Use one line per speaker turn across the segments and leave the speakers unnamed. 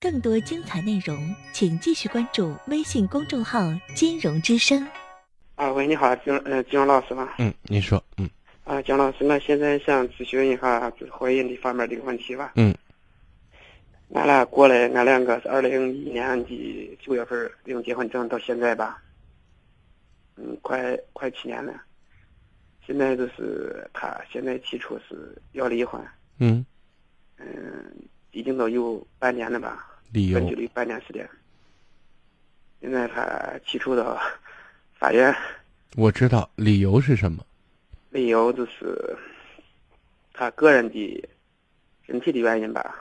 更多精彩内容，请继续关注微信公众号“金融之声
啊，喂，你好，金呃金融老师吗？
嗯，您说，嗯
啊，金老师，我现在想咨询一下婚姻这方面的问题吧。
嗯，
俺俩过来，俺两个是二零一一年的九月份领结婚证，到现在吧，嗯，快快七年了。现在就是他现在提出是要离婚，
嗯，
嗯，已经都有半年了吧，
理由
分居了有半年时间。现在他提出到法院
我知道，理由是什么？
理由就是他个人的身体的原因吧，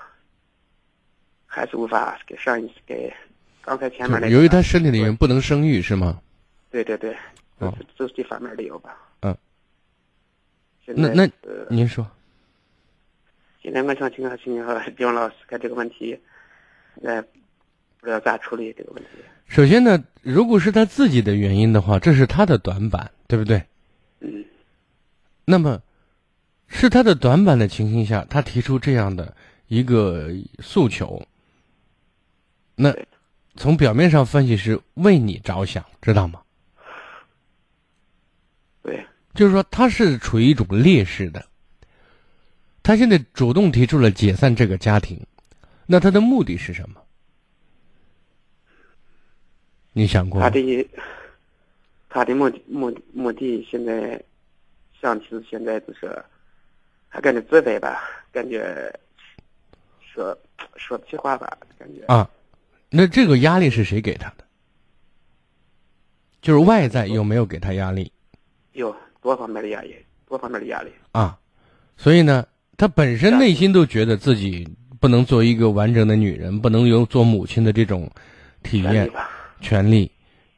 还是无法给上一次给刚才前面那个
就由于他身体的原因不能生育是吗？
对对对，就
哦
是就是这方面的理由吧。
嗯
现
那
在。
那嗯
呃
您说，
现在我想请教请教丁老师看这个问题，呃，不知道咋处理这个问题。
首先呢，如果是他自己的原因的话，这是他的短板，对不对？
嗯，
那么，是他的短板的情形下，他提出这样的一个诉求，那
对
从表面上分析是为你着想，知道吗？
对，
就是说他是处于一种劣势的。他现在主动提出了解散这个家庭，那他的目的是什么？你想过吗
他的他的目的目的目的现在想提出现在就是，还感觉自卑吧，感觉说说不起话吧，感觉
啊？那这个压力是谁给他的？就是外在有没有给他压力
有多方面的压力，多方面的压力。
啊？所以呢，他本身内心都觉得自己不能做一个完整的女人，不能有做母亲的这种体
压
验
力。吧，
权利，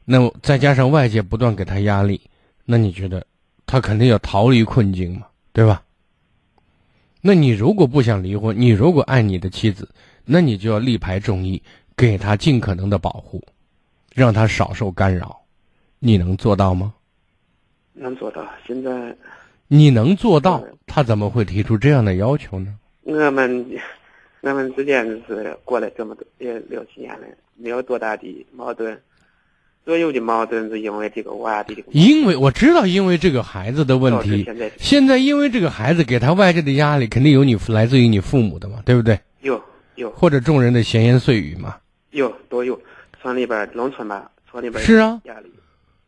那么再加上外界不断给他压力，那你觉得他肯定要逃离困境嘛，对吧？那你如果不想离婚，你如果爱你的妻子，那你就要力排众议，给她尽可能的保护，让她少受干扰，你能做到吗？
能做到。现在
你能做到
嗯，
他怎么会提出这样的要求呢？
我们我们之间就是过了这么多也六七年了，没有多大的矛盾。所有的矛盾是因为这个娃的这个
因为我知道，因为这个孩子的问
导致
题，
现在
现在因为这个孩子给他外界的压力，肯定有你来自于你父母的嘛，对不对？
有有
或者众人的闲言碎语嘛。
有都有，村里边儿农村吧，村里边儿
是啊
压力，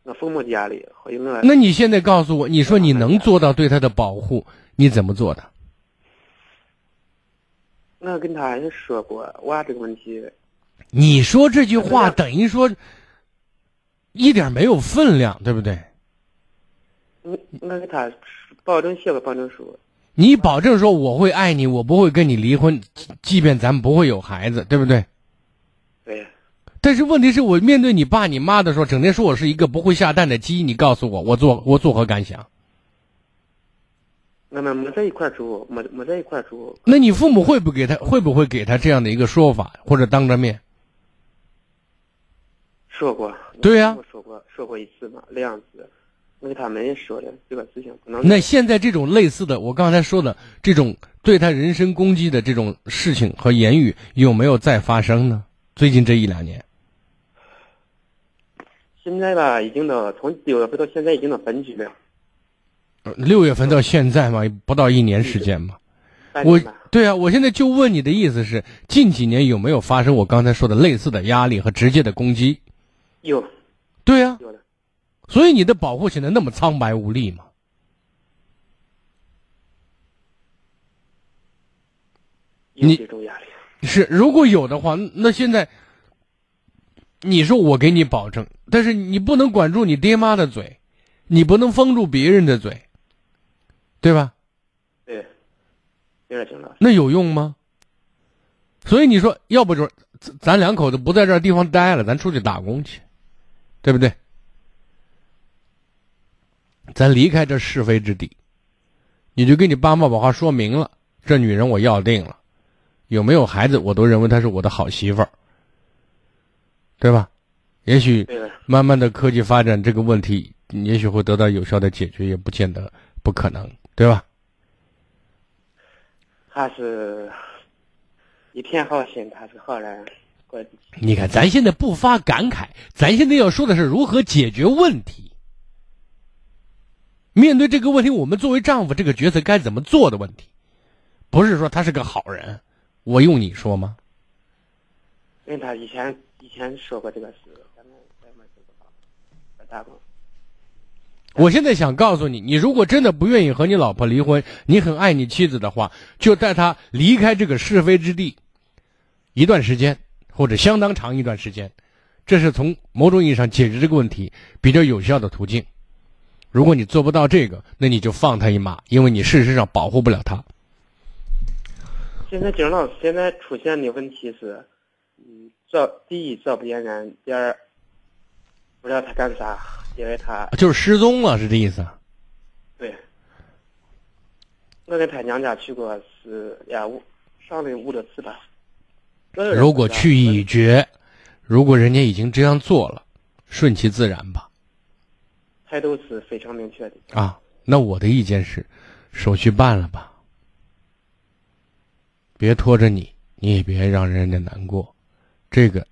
我父母的压力，还有我
那你现在告诉我，你说你能做到对他的保护，你怎么做的？
我跟他也说过娃这个问题，
你说这句话等于说一点没有分量，对不对？
我我给他保证写个保证书，
你保证说我会爱你，我不会跟你离婚，即即便咱们不会有孩子，对不对？
对，
但是问题是我面对你爸你妈的时候，整天说我是一个不会下蛋的鸡，你告诉我，我作我作何感想？
我们没在一块儿住，没没在一块儿住，
那你父母会不给他会不会给他这样的一个说法，或者当着面？
说过，
对呀
我说过说过一次嘛，两次，我给他们也说了这个事情，不能
那现在这种类似的，我刚才说的这种对他人身攻击的这种事情和言语，有没有再发生呢？最近这一两年，
现在吧，已经都从九月份到现在已经都分居了，
呃六月份到现在嘛，不到一年时间嘛。
半
我
年吧，
对啊，我现在就问你的意思是，近几年有没有发生我刚才说的类似的压力和直接的攻击？
有
对啊，
有了，
所以你的保护显得那么苍白无力嘛。
有
你
这种压力，
是，如果有的话，那现在你说我给你保证，但是你不能管住你爹妈的嘴，你不能封住别人的嘴，对吧？
对，有点情了，
那有用吗？所以你说，要不就是咱咱两口子不在这儿地方待了，咱出去打工去，对不对？咱离开这是非之地，你就跟你爸妈把话说明了，这女人我要定了，有没有孩子我都认为她是我的好媳妇儿，对吧？也许
对了，
慢慢的科技发展这个问题，也许会得到有效的解决，也不见得不可能，对吧？
呃他是一片好心，他是好人。怪自己
你看，咱现在不发感慨，咱现在要说的是如何解决问题。面对这个问题，我们作为丈夫这个角色该怎么做的问题，不是说他是个好人，我用你说吗？
因为他以前以前说过这个事，咱们咱们就不好，在大公。
我现在想告诉你，你如果真的不愿意和你老婆离婚，你很爱你妻子的话，就带她离开这个是非之地，一段时间或者相当长一段时间，这是从某种意义上解决这个问题比较有效的途径。如果你做不到这个，那你就放她一马，因为你事实上保护不了她。
现嗯在景老师现在出现的问题是，嗯，找第一找不见人，第二不知道他干啥，因为他
就是失踪了，是这意思啊？
对，我跟他娘家去过是呀五上了五六次吧。我有人
如果
不知道
去
我
已决，如果人家已经这样做了，顺其自然吧。
态度是非常明确的。
啊，那我的意见是，手续办了吧，别拖着你，你也别让人家难过。这个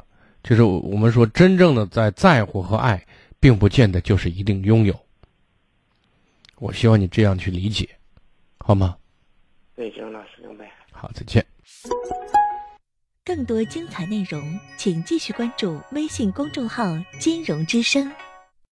就是我我们说，真正的在在乎和爱，并不见得就是一定拥有。我希望你这样去理解，好吗？
对，景老师明白。
好，再见。
更多精彩内容，请继续关注微信公众号“金融之声”。